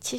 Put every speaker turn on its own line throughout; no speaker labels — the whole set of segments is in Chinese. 其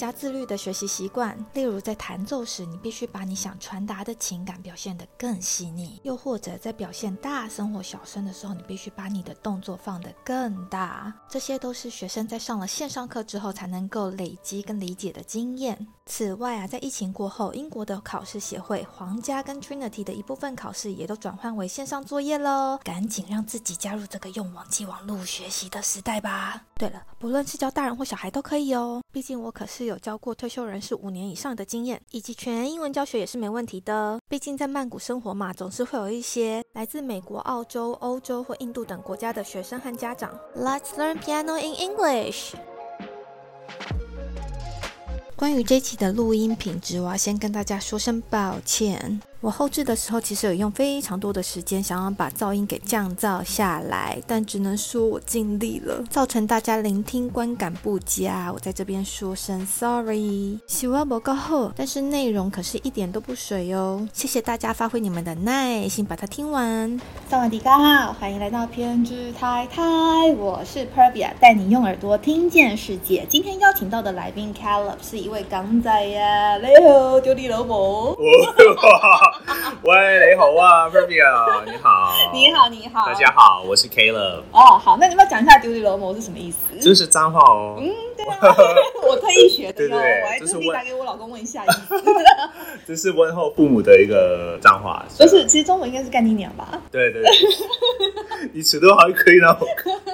加自律的学习习惯。例如在弹奏时，你必须把你想传达的情感表现得更细腻；又或者在表现大声或小声的时候，你必须把你的动作放得更大。这些都是学生在上了线上课之后才能够累积跟理解的经验。此外啊，在疫情过后，英国的考试协会皇家跟 Trinity 的一部分考试也都转换为线上作业喽。赶紧让自己加入这个用网际网络学习的时代吧。对了，不论是教大人或小孩都可以哦，毕竟我可是有教过退休人士五年以上的经验，以及全英文教学也是没问题的。毕竟在曼谷生活嘛，总是会有一些来自美国、澳洲、欧洲或印度等国家的学生和家长。Let's learn piano in English. 关于这期的录音品质，我要先跟大家说声抱歉。我后置的时候，其实有用非常多的时间，想要把噪音给降噪下来，但只能说我尽力了，造成大家聆听观感不佳。我在这边说声 sorry。喜欢我够后，但是内容可是一点都不水哦。谢谢大家发挥你们的耐心，把它听完。
萨瓦迪卡好，欢迎来到 PNG 台台，我是 Pervia，带你用耳朵听见世界。今天邀请到的来宾 Caleb 是一位港仔呀、你好，丢地老母。
喂，你好啊 p e r v i a 你好，
你好，，你好，
大家。好，我是 Caleb，
哦，好，那你们讲一下丢地老母是什么意思？
这是脏话哦。
对啊， 我特意学的
对
哟，
对
我还
这
特
是
地
我
打给我老公问一下意思。
这是问候父母的一个脏话，
就是，其实中文应该是干你娘吧？
对对对， 你尺度还可以那么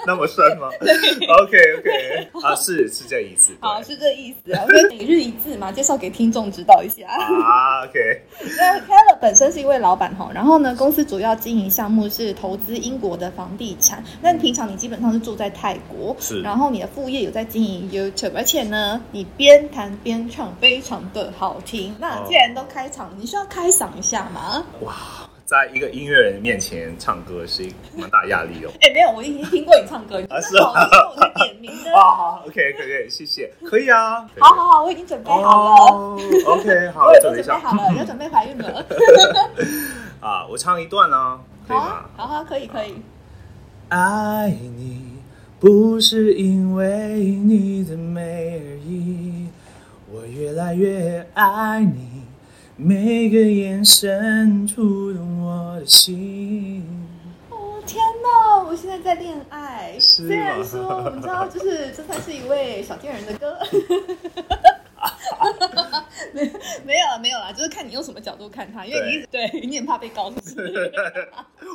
那么深吗？OK OK，啊，是是这意思，对
好，是这意思。啊我觉得每日一字嘛，介绍给听众知道一下。
啊，OK，
那 Caleb 本身是一位老板哈，然后呢，公司主要经营项目是投资英国的房地产。那平常你基本上是住在泰国，
是
然后你的副业有在经营 YouTube，而且呢，你边弹边唱，非常的好听。那
哦
既然都开场，你需要开嗓一下吗？
哇，在一个音乐人面前唱歌是一个蛮大压力哦。
哎，没有，我已经听过你唱歌，你真的好听，因为我在点名 的。
啊，好，OK，可以，可以，谢谢，可以啊，
好好好，我已经准备好了，
哦，OK，好
我，已经准
准备一
备
下
好了，要准备怀孕 了。
啊，我唱一段啊，可以
好
吗
啊？，好好，可以可以。
爱你不是因为你的美而已，我越来越爱你，每个眼神触动我的心。
哦天哪！我现在在恋爱，
是吗
虽然说你知道， 就是这算是一位小贱人的歌，没没有啦，没有啦，就是看你用什么角度看他，因为你一直对你很怕被告，是不是？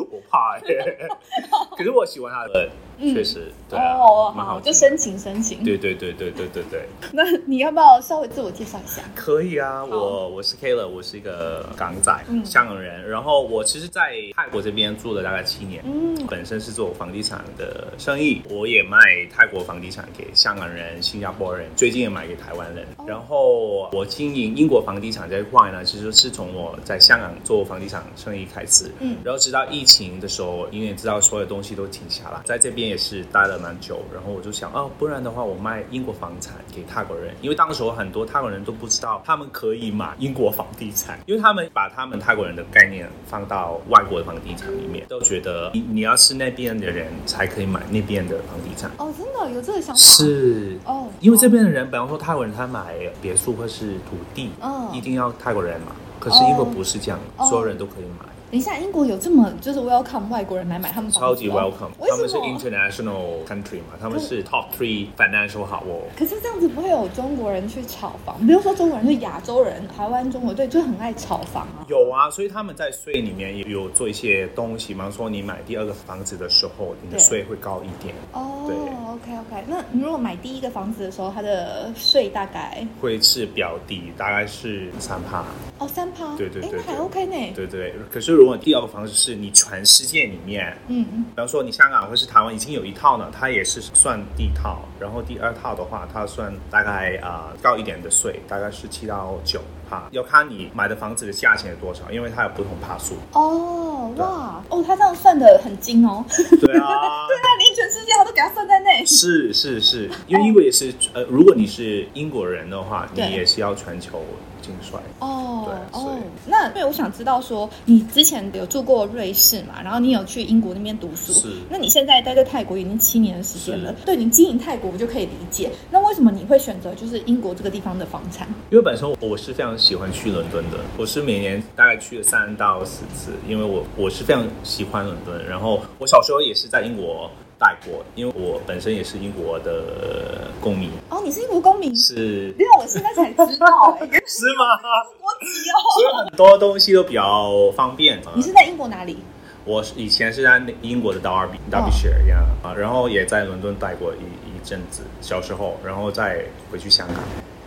我怕耶、 可是我喜欢他的，
嗯
确实，对啊，
哦，
蛮
好，
好
就
听的
深情深情。
对对对对对对对，
那你要不要稍微自我介绍一下？
可以啊，我我是 Kayla，我是一个港仔，
嗯
香港人。然后我其实，在泰国这边住了大概七年，
嗯
本身是做房地产的生意，我也卖泰国房地产给香港人、新加坡人，最近也卖给台湾人。
哦
然后我经营英国房地产这一块呢，其实是从我在香港做房地产生意开始。
嗯
然后直到疫情的时候，因为知道所有东西都停下来，在这边也是待了蛮久。然后我就想，哦，不然的话，我卖英国房产给泰国人，因为当时候很多泰国人都不知道他们可以买英国房地产，因为他们把他们泰国人的概念放到外国的房地产里面，都觉得嗯你你要是那边的人才可以买那边的房地产。
哦，真的有这个想法？
是
哦
因为这边的人，比方说泰国人，他买别墅或是土地，
嗯
一定要泰国人买。可是英国不是这样，
哦
所有人都可以买。
等一下，英国有这么就是 welcome 外国人来买他们房子
超级
哦
welcome，
为
他们是
什么？
international country 嘛，他们是 top three financial 好哦。
可是这样子不会有中国人去炒房，比如说中国人是亚洲人，台湾中国队就很爱炒房啊。
有啊，所以他们在税里面也有做一些东西，比方说你买第二个房子的时候，你的
对
税会高一点，对
哦，OK OK，那你如果买第一个房子的时候，它的税大概
会是表底大概是三趴，
哦三趴，
对对
诶
对
那还
对
OK 呢。
对对。可是如果第二个方式是你全世界里面，
嗯
比方说你香港或是台湾已经有一套呢，它也是算第一套，然后第二套的话，它算大概啊、呃高一点的税，大概是七到九趴，要看你买的房子的价钱是多少， 因为它有不同趴数。
哦哇哦，他这样算的很精哦，
对啊，
对啊，连全世界他都给他算在内。
是是是，因为英国也是呃，如果你是英国人的话，你
对
也是要全球竞赛。
哦
对所
哦
以，
那因为我想知道说，你之前有住过瑞士嘛，然后你有去英国那边读书，
是
那你现在待在泰国已经七年的时间了
是，
对你经营泰国我就可以理解。那为什么你会选择就是英国这个地方的房产？
因为本身我是非常喜欢去伦敦的，我是每年大概去了三到四次，因为我我是非常喜欢伦敦。然后我小时候也是在英国待过，因为我本身也是英国的公民，
哦，你是英国公民，
是
对啊，我现在才知 道、哎，原来
是吗？
国籍哦。
所以很多东西都比较方便。
你是在英国哪里？
我是以前是在英国的 Derby
哦
Derbyshire 呀、啊，然后也在伦敦待过一一阵子，小时候，然后再回去香港。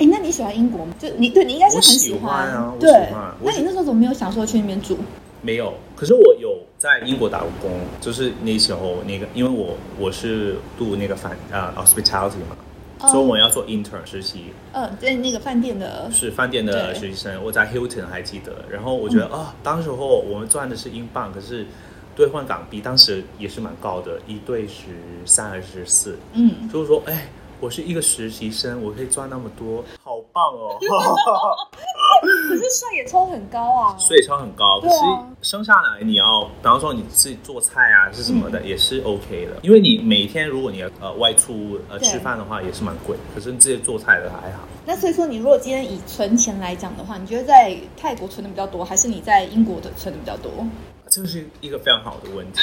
哎，那你喜欢英国吗？就你对你应该是很欢，
我喜欢啊我
对
喜欢。我
那
喜
你那时候怎么没有想说去那边住？
没有，可是我有在英国打过工，就是那时候那个，因为我我是读那个反呃 hospitality 嘛，
哦
所以我要做 intern 实习，
嗯，在那个饭店的，
是饭店的
对嗯
实习生，我在 Hilton 还记得，然后我觉得啊、当时候我们赚的是英镑，可是兑换港币当时也是蛮高的，一兑十三还是十四，
嗯，
就是说，哎，我是一个实习生，我可以赚那么多，好棒哦！
可是税也抽很高啊，
税超很高，可
对啊
是生下来你要，比方说你自己做菜啊是什么
嗯
的，也是 OK 的，因为你每天如果你要呃外出呃
对
吃饭的话也是蛮 贵，可是你自己做菜的还好。
那所以说，你如果今天以存钱来讲的话，你觉得在泰国存的比较多，还是你在英国的存的比较多？
这是一个非常好的问题。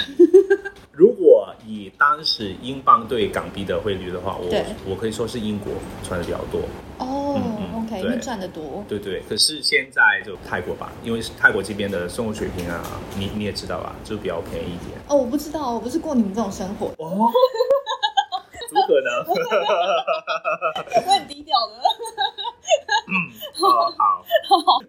如果以当时英镑对港币的汇率的话，
对
我我可以说是英国赚的比较多，
哦、
嗯嗯
o k
对
你赚的多。
对对。可是现在就泰国吧，因为是泰国这边的生活水平啊，你你也知道吧，就比较便宜一点。，
哦，我不知道，我不是过你们这种 生活
哦， 怎么可能？
我很低调的。
哦，好，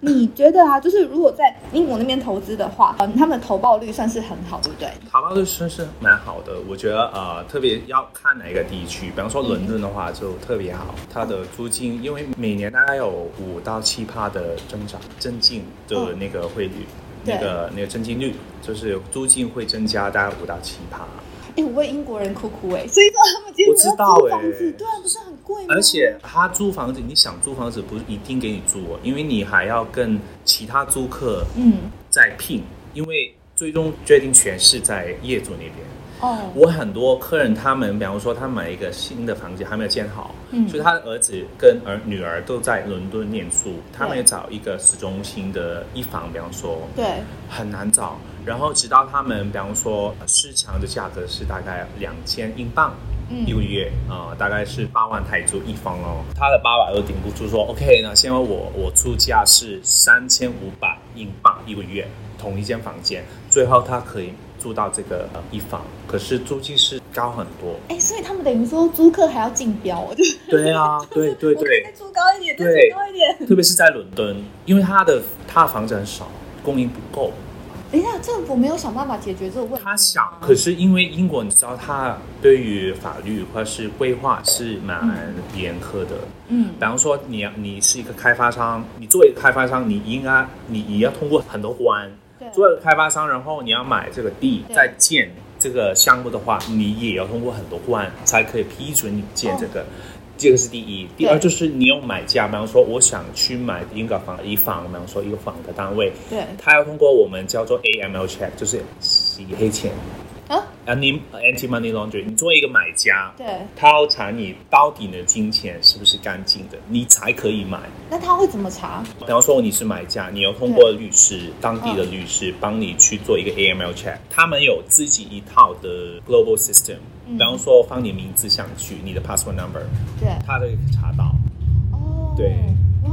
你觉得啊，就是如果在英国那边投资的话，嗯，他们的投报率算是很好，对不对？
塔巴律算是蛮好的，我觉得呃，特别要看哪一个地区，比方说伦敦的话就特别好，它的租金因为每年大概有五到七趴的增长，增进的那个汇率。
对
那个那个增进率就是租金会增加大概五到七趴，
哎，我为英国人哭哭哎、所以说他们结果
我知
要
道
租
哎
房子，对啊，不是很贵吗？
而且他租房子，你想租房子不是一定给你租哦，因为你还要跟其他租客
嗯，
再聘，因为最终决定权是在业主那边。
哦，
我很多客人，他们比方说他买一个新的房子还没有建好，
嗯
所以他的儿子跟儿女儿都在伦敦念书，他们
对
也找一个市中心的一房，比方说
对，
很难找。然后直到他们，比方说呃市场的价格是大概两千英镑。
嗯
一个月啊、呃大概是八万泰铢一方哦，他的八百都顶不住说，OK，那现在我我出价是三千五百英镑一个月，同一间房间，最后他可以住到这个、呃一房，可是租金是高很多。
哎，所以他们等于说租客还要竞标，哦我就
对啊，对对
我可以
对
再，租高一点，再租
对
高一点。
特别是在伦敦，因为他的他的房子很少，供应不够，
等一下，哎政府没有想办法解决这个问题吗。
他想，可是因为英国，你知道，他对于法律或是规划是蛮严苛的。
嗯
比方说你，你是一个开发商，你作为一个开发商，你应该你你要通过很多关。
对
作为一个开发商，然后你要买这个地，
对
再建这个项目的话，你也要通过很多关才可以批准你建这个。这个是第一，第二
对
就是你有买家，比方说我想去买英格房、一房，比方说一个房的单位，
对
他要通过我们叫做 AML check，就是洗黑钱
啊，
啊，你 anti money laundering，你作为一个买家，
对，
他要查你到底你的金钱是不是干净的，你才可以买。
那他会怎么查？
比方说你是买家，你要通过律师，当地的
嗯
律师帮你去做一个 AML check，他们有自己一套的 global system，
嗯
比方说放你名字上去，你的 passport number，
对，
他都可以查到。
哦，
对，
哇，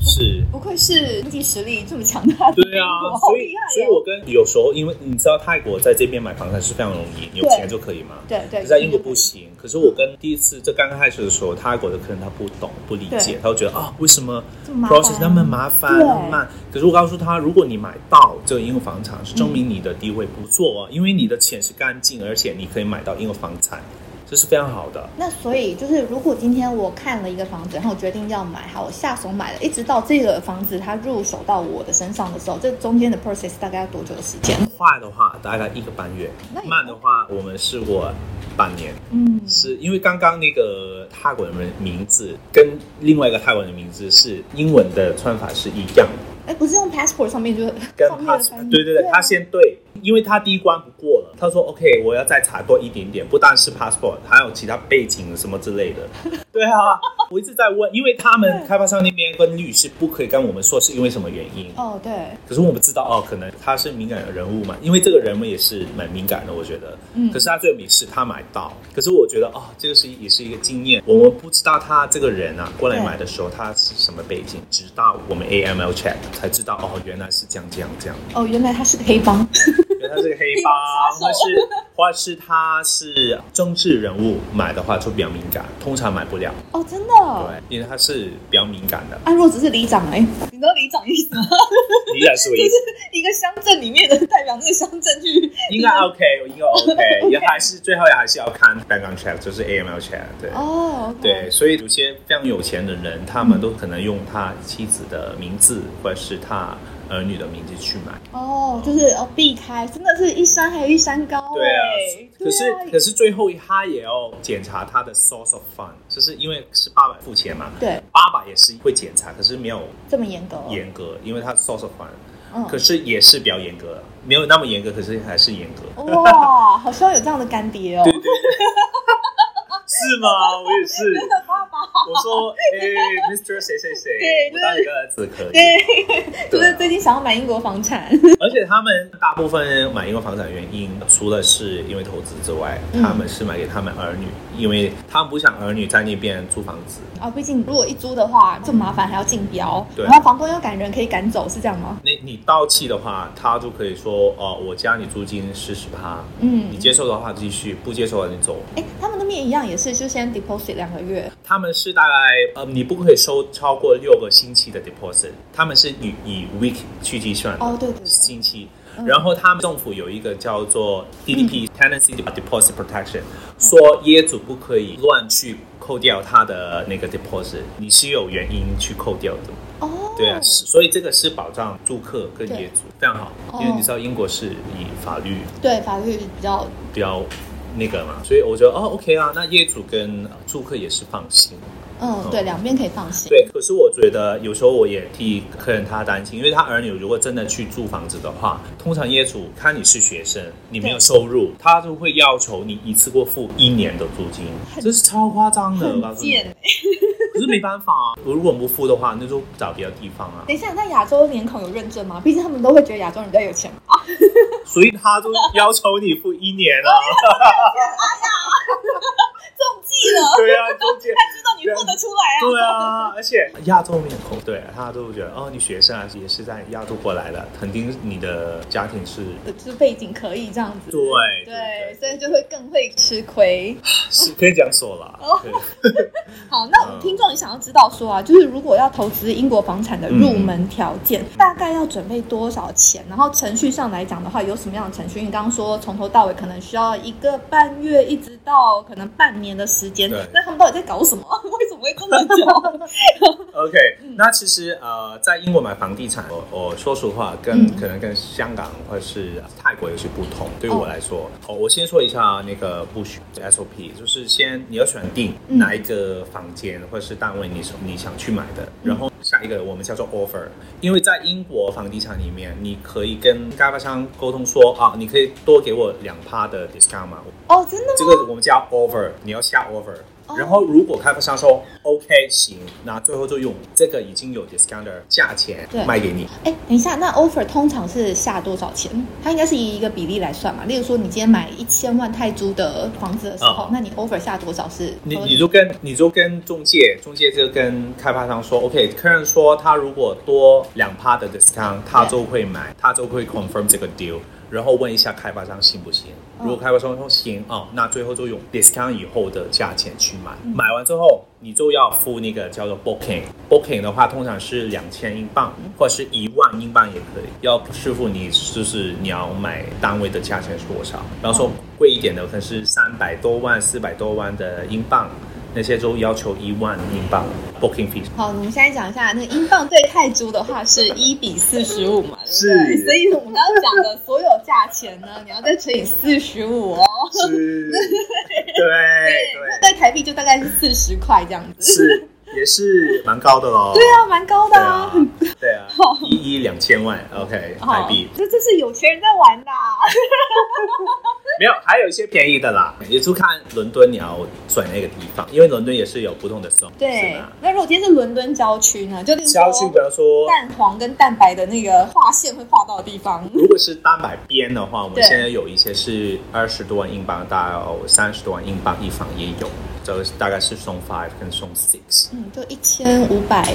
是。
不愧是经济实力这么强大 的，
对啊，
哇好
所
厉
以
害哦
所以
耶
我跟有时候，因为你知道泰国在这边买房产是非常容易，你有
对
钱就可以嘛。
对对，
在英国不行，可是我跟第一次就刚开始的时候，泰国的客人他不懂不理解
对，
他会觉得啊、为什么
这么麻烦
process 那么麻烦
对嗯
那么慢？可是我告诉他，如果你买到这个英国房产，是证明你的地位不错哦，因为你的钱是干净，而且你可以买到英国房产，这是非常好的。
那所以就是，如果今天我看了一个房子，然后我决定要买，好，我下手买了，一直到这个房子它入手到我的身上的时候，这中间的 process 大概要多久的时间？
快的话大概一个半月
那，也
慢的话我们试过半年。
嗯，
是因为刚刚那个泰国人的名字跟另外一个泰国人的名字是英文的穿法是一样的，
哎，不是用 passport 上面就是
跟
上面
他
的翻译
对对对，
啊
他先对，因为他第一关不过了，他说 OK，我要再查多一点点，不但是 passport，还有其他背景什么之类的。 对啊，我一直在问，因为他们开发商那边跟律师不可以跟我们说是因为什么原因，
哦，对，
可是我们知道哦，可能他是敏感的人物嘛，因为这个人物也是蛮敏感的，我觉得。
嗯
可是他最美是他买到，可是我觉得哦，这个是也是一个经验，我们不知道他这个人啊过来买的时候他是什么背景，直到我们 AML check 才知道哦，原来是这样这样这样，
哦，原来他是个黑 帮，
原来他是个黑 帮，或是 或是他是政治人物买的话就比较敏感，通常买不了，
哦，真的哦。
对，因为他是比较敏感
，
的
啊，如果只是里长哎，你知道里长意思吗？
依然是 我
就
意思。
是一个乡镇里面的代表那个乡镇去，
应该啊 OK，应 该 OK，也还是最后也还是要看 background check，就是 AML check，对。
哦，OK，
对，所以有些非常有钱的人，他们都可能用他妻子的名字或者是他儿女的名字去买。
哦，就是哦，避开，真的是一山还有一山高哎，
对啊，可是、
对啊
可是最后他也要检查他的 source of fund，就是因为是八百付钱嘛，
对，
八百也是会检查，可是没有
这么严格哦，
严格，因为他 source of fund，
嗯
可是也是比较严格，没有那么严格，可是还是严格。
哇，好希望有这样的干爹哦！
是吗？我也是。我 说，哎、m r 谁谁谁，
对
我当你的儿子可以。
对， 就
对啊
是最近想要买英国房产，
而且他们大部分买英国房产的原因，除了是因为投资之外，
嗯
他们是买给他们儿女，因为他们不想儿女在那边租房子。
啊，毕竟如果一租的话，这么麻烦，还要竞标，
对
然后房东要赶人，可以赶走，是这样吗？
那你到期的话，他就可以说，哦，我加你租金四十趴，
嗯
你，接受的话继续，不接受的话你走。
哎，他们那边一样，也是就先 deposit 两个月，
他们是大概，呃，你不可以收超过六个星期的 deposit，他们是以以 week 去计算的。
哦，嗯对对对，
星期。然后他们政府有一个叫做
嗯
DDP、Tenancy Deposit Protection，说业主不可以乱去扣掉他的那个 deposit，你是有原因去扣掉的。
哦，
对啊，是所以这个是保障租客跟
对
业主非常好，
哦
因为你知道英国是以法律
对，法律比较
比较那个嘛，所以我觉得哦 OK 啊，那业主跟呃租客也是放心。
嗯，对，两边可以放心，
对，可是我觉得有时候我也替客人他担心，因为他儿女如果真的去租房子的话，通常业主看你是学生，你没有收入，他就会要求你一次过付一年的租金，这是超夸张的。我告
很
诉你，
贱。
可是没办法啊，如果我们不付的话，那就找别的地方啊。
等一下，那亚洲脸孔有认证吗？毕竟他们都会觉得亚洲人比较有钱嘛。
所以他就要求你付一年 啊。
中计了，
对啊，中间。
知道你付得出来啊。
对啊，而且亚洲面孔，对他都觉得哦，你学生啊，也是在亚洲过来的，肯定你的家庭是
就是背景可以这样子。
对对
对，嗯
对
所以就会更会吃亏。
是可以这样说啦。
哦
对
好，那我们听众也想要知道说啊，就是如果要投资英国房产的入门条件，大概要准备多少钱？然后程序上来讲的话，有什么样的程序？你刚刚说从头到尾可能需要一个半月，一直到可能半年的时间
对。
那他们到底在搞什么？ 为什么会这么 久？
OK，那
嗯
其实呃，在英国买房地产，我我说实话，跟、
嗯
可能跟香港或者是泰国有些不同。对于
哦
我来说，哦，我先说一下那个布局 SOP，就是先你要选定
嗯
哪一个房间或者是单位你是你想去买的，
嗯
然后下一个我们叫做 offer，因为在英国房地产里面，你可以跟开发商沟通说啊，你可以多给我两趴的 discount 嘛，
哦，真的吗？
这个我们叫 offer，你要下 offer。然后如果开发商说 OK 行，那最后就用这个已经有 discounter 价钱
对
卖给你。
哎，等一下，那 offer 通常是下多少钱？它应该是以一个比例来算嘛。例如说，你今天买一千万泰铢的房子的时候，
嗯
那你 offer 下多少是
你
合理
你就跟你就跟中介，中介就跟开发商说，OK，客人说他如果多两趴的 discount，他就会买，他就会 confirm 这个 deal，然后问一下开发商行不行。
嗯
如果开发商说行哦，那最后就用 discount 以后的价钱去买。
嗯
买完之后，你就要付那个叫做 booking。booking 的话，通常是两千英镑
嗯
或者是一万英镑也可以，要视乎你就是你要买单位的价钱是多少。比方
嗯
说贵一点的，可能是三百多万、四百多万的英镑，那些都要求一万英镑 booking fee。
好，我们现在讲一下，那个英镑对泰铢的话是一比四十五嘛，对不对？
是
所以我们刚刚讲的所有价钱 呢，你要再乘以四十五哦。
是，对对，
对台币就大概是四十块这样子。
是也是蛮高的喽。
对啊，蛮高的
对
啊
啊。，对啊，一亿两千万，OK
好
台币，
这这是有钱人在玩 的啊。
没有，还有一些便宜的啦，也就看伦敦你要转那个地方，因为伦敦也是有不同的 zone，
对
是吧，
那如果今天是伦敦郊区呢？就例如
郊区比
说
方说，
蛋黄跟蛋白的那个划线会划到的地方。
如果是单买边的话，我们
对
现在有一些是二十多万英镑到三十多万英镑一房也有，这个大概是送 five 跟送 six，
嗯，就一千五百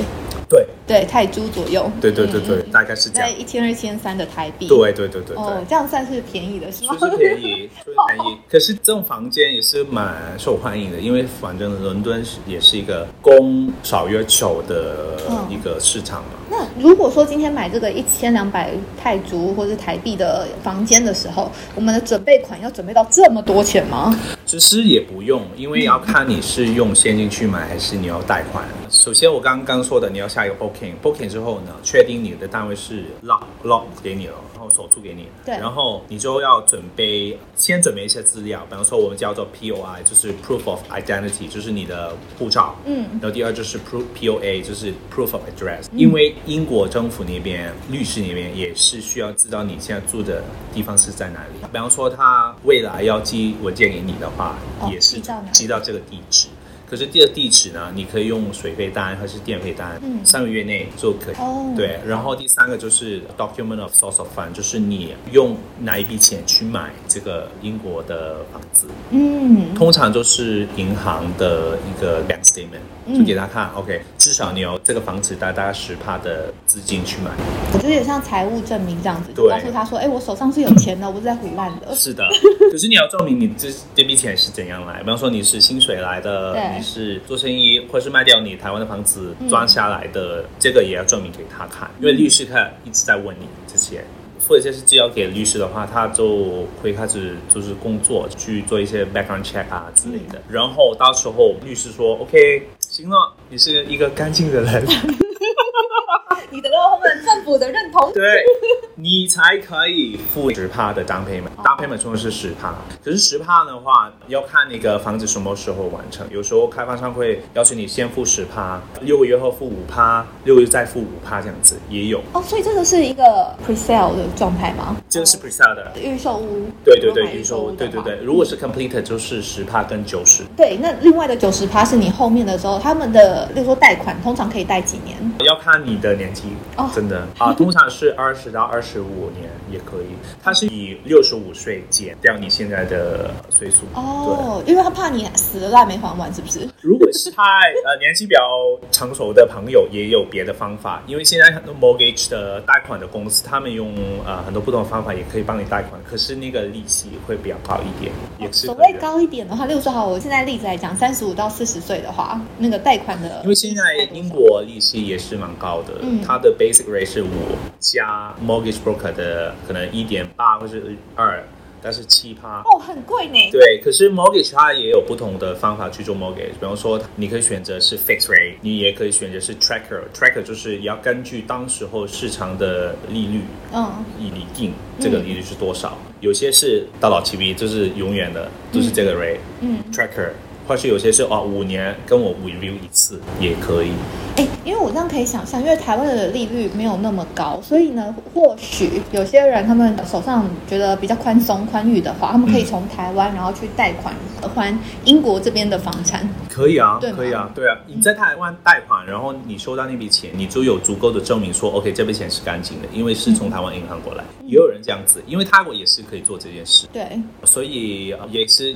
对
对泰铢左右，
对对对对，
嗯
大概是这
在
样，
一千二千三的台币。
对对对对
哦
对，。
这样算是便宜的是吗？
就是便宜，就是便宜。可是这种房间也是蛮受欢迎的，因为反正伦敦是也是一个供少于求的
嗯
一个市场嘛。
那如果说今天买这个一千两百泰铢或是台币的房间的时候，我们的准备款要准备到这么多钱吗？
其实也不用，因为要看你是用现金去买还是你要贷款。首先，我刚刚说的，你要下一个 booking，booking 之后呢，确定你的单位是 lock lock 给你了，然后首付给你，
对
然后你就要准备先准备一些资料，比方说我们叫做 POI，就是 proof of identity，就是你的护照，
嗯
然后第二就是 proof POA，就是 proof of address，、因为英国政府那边律师那边也是需要知道你现在住的地方是在哪里。比方说他未来要寄文件给你的话，
哦
也是
寄到哪里
寄到这个地址。可是这个地址呢，你可以用水费单还是电费单，
嗯
三个月内就可以。
哦
对，然后第三个就是 document of source of fund，就是你用哪一笔钱去买这个英国的房子。
嗯，
通常就是银行的一个 bank statement，
嗯
就给他看、o k 至少你有这个房子大概十趴的资金去买。
我觉得也像财务证明这样子，就
对
告诉他说，哎、我手上是有钱的，我不是在胡乱的。
是的，可是你要证明你这这笔钱是怎样来，比方说你是薪水来的
对，
你是做生意，或是卖掉你台湾的房子
嗯
赚下来的，这个也要证明给他看，因为律师他一直在问你这些。或者是只要给律师的话，他就会开始就是工作去做一些 background check 啊之类
嗯
的，然后到时候律师说 OK 行了，你是一个干净的人，
你得到他们政府的认同。
对，你才可以付十趴的 down payment。down payment 通常是十趴，可是十趴的话要看那个房子什么时候完成。有时候开发商会要求你先付十趴，六个月后付五趴，六个月再付五趴这样子也有。
哦，所以这个是一个 pre sale 的状态吗？
这个是 pre sale 的，
预售屋。
对对
如果，
对
买
预售，对
的
对
话
对。如果是 complete 就是十趴跟九十，
对，那另外的九十趴是你后面的时候，他们的，例如说贷款，通常可以贷几年？
要看你的年纪
哦
真的啊，通常是二十到二十五年也可以，它是以六十五岁减掉你现在的岁数。对。
哦，因为他怕你死了赖没还完，是不是？
如果是太呃年纪比较成熟的朋友，也有别的方法，因为现在很多 mortgage 的贷款的公司，他们用呃很多不同的方法也可以帮你贷款，可是那个利息会比较高一点，也是
所
可以
谓
的。
高一点的话，例如说好，我现在例子来讲，三十五到四十岁的话，那个贷款的，
因为现在英国利息也是蛮高的，
嗯
它的 basic rate 是五加 mortgage broker 的可能一点八或是二，但是七趴。
哦，很贵呢。
对，可是 mortgage 它也有不同的方法去做 mortgage，比方说你可以选择是 fixed rate，你也可以选择是 tracker，tracker 就是要根据当时候市场的利率
嗯，
以拟定这个利率是多少，有些是到老期 B，就是永远的，就是这个 rate，
嗯
，tracker，或是有些是哦五年跟我 review 一次也可以，
哎，因为我这样可以想象，因为台湾的利率没有那么高，所以呢，或许有些人他们手上觉得比较宽松宽裕的话，他们可以从台湾然后去贷款还英国这边的房产。
可以啊
对，吗
可以啊，对啊，你在台湾贷款，然后你收到那笔钱，你就有足够的证明说，OK，这笔钱是干净的，因为是从台湾银行过来。
嗯
也有人这样子，因为泰国也是可以做这件事，
对，
所以呃也是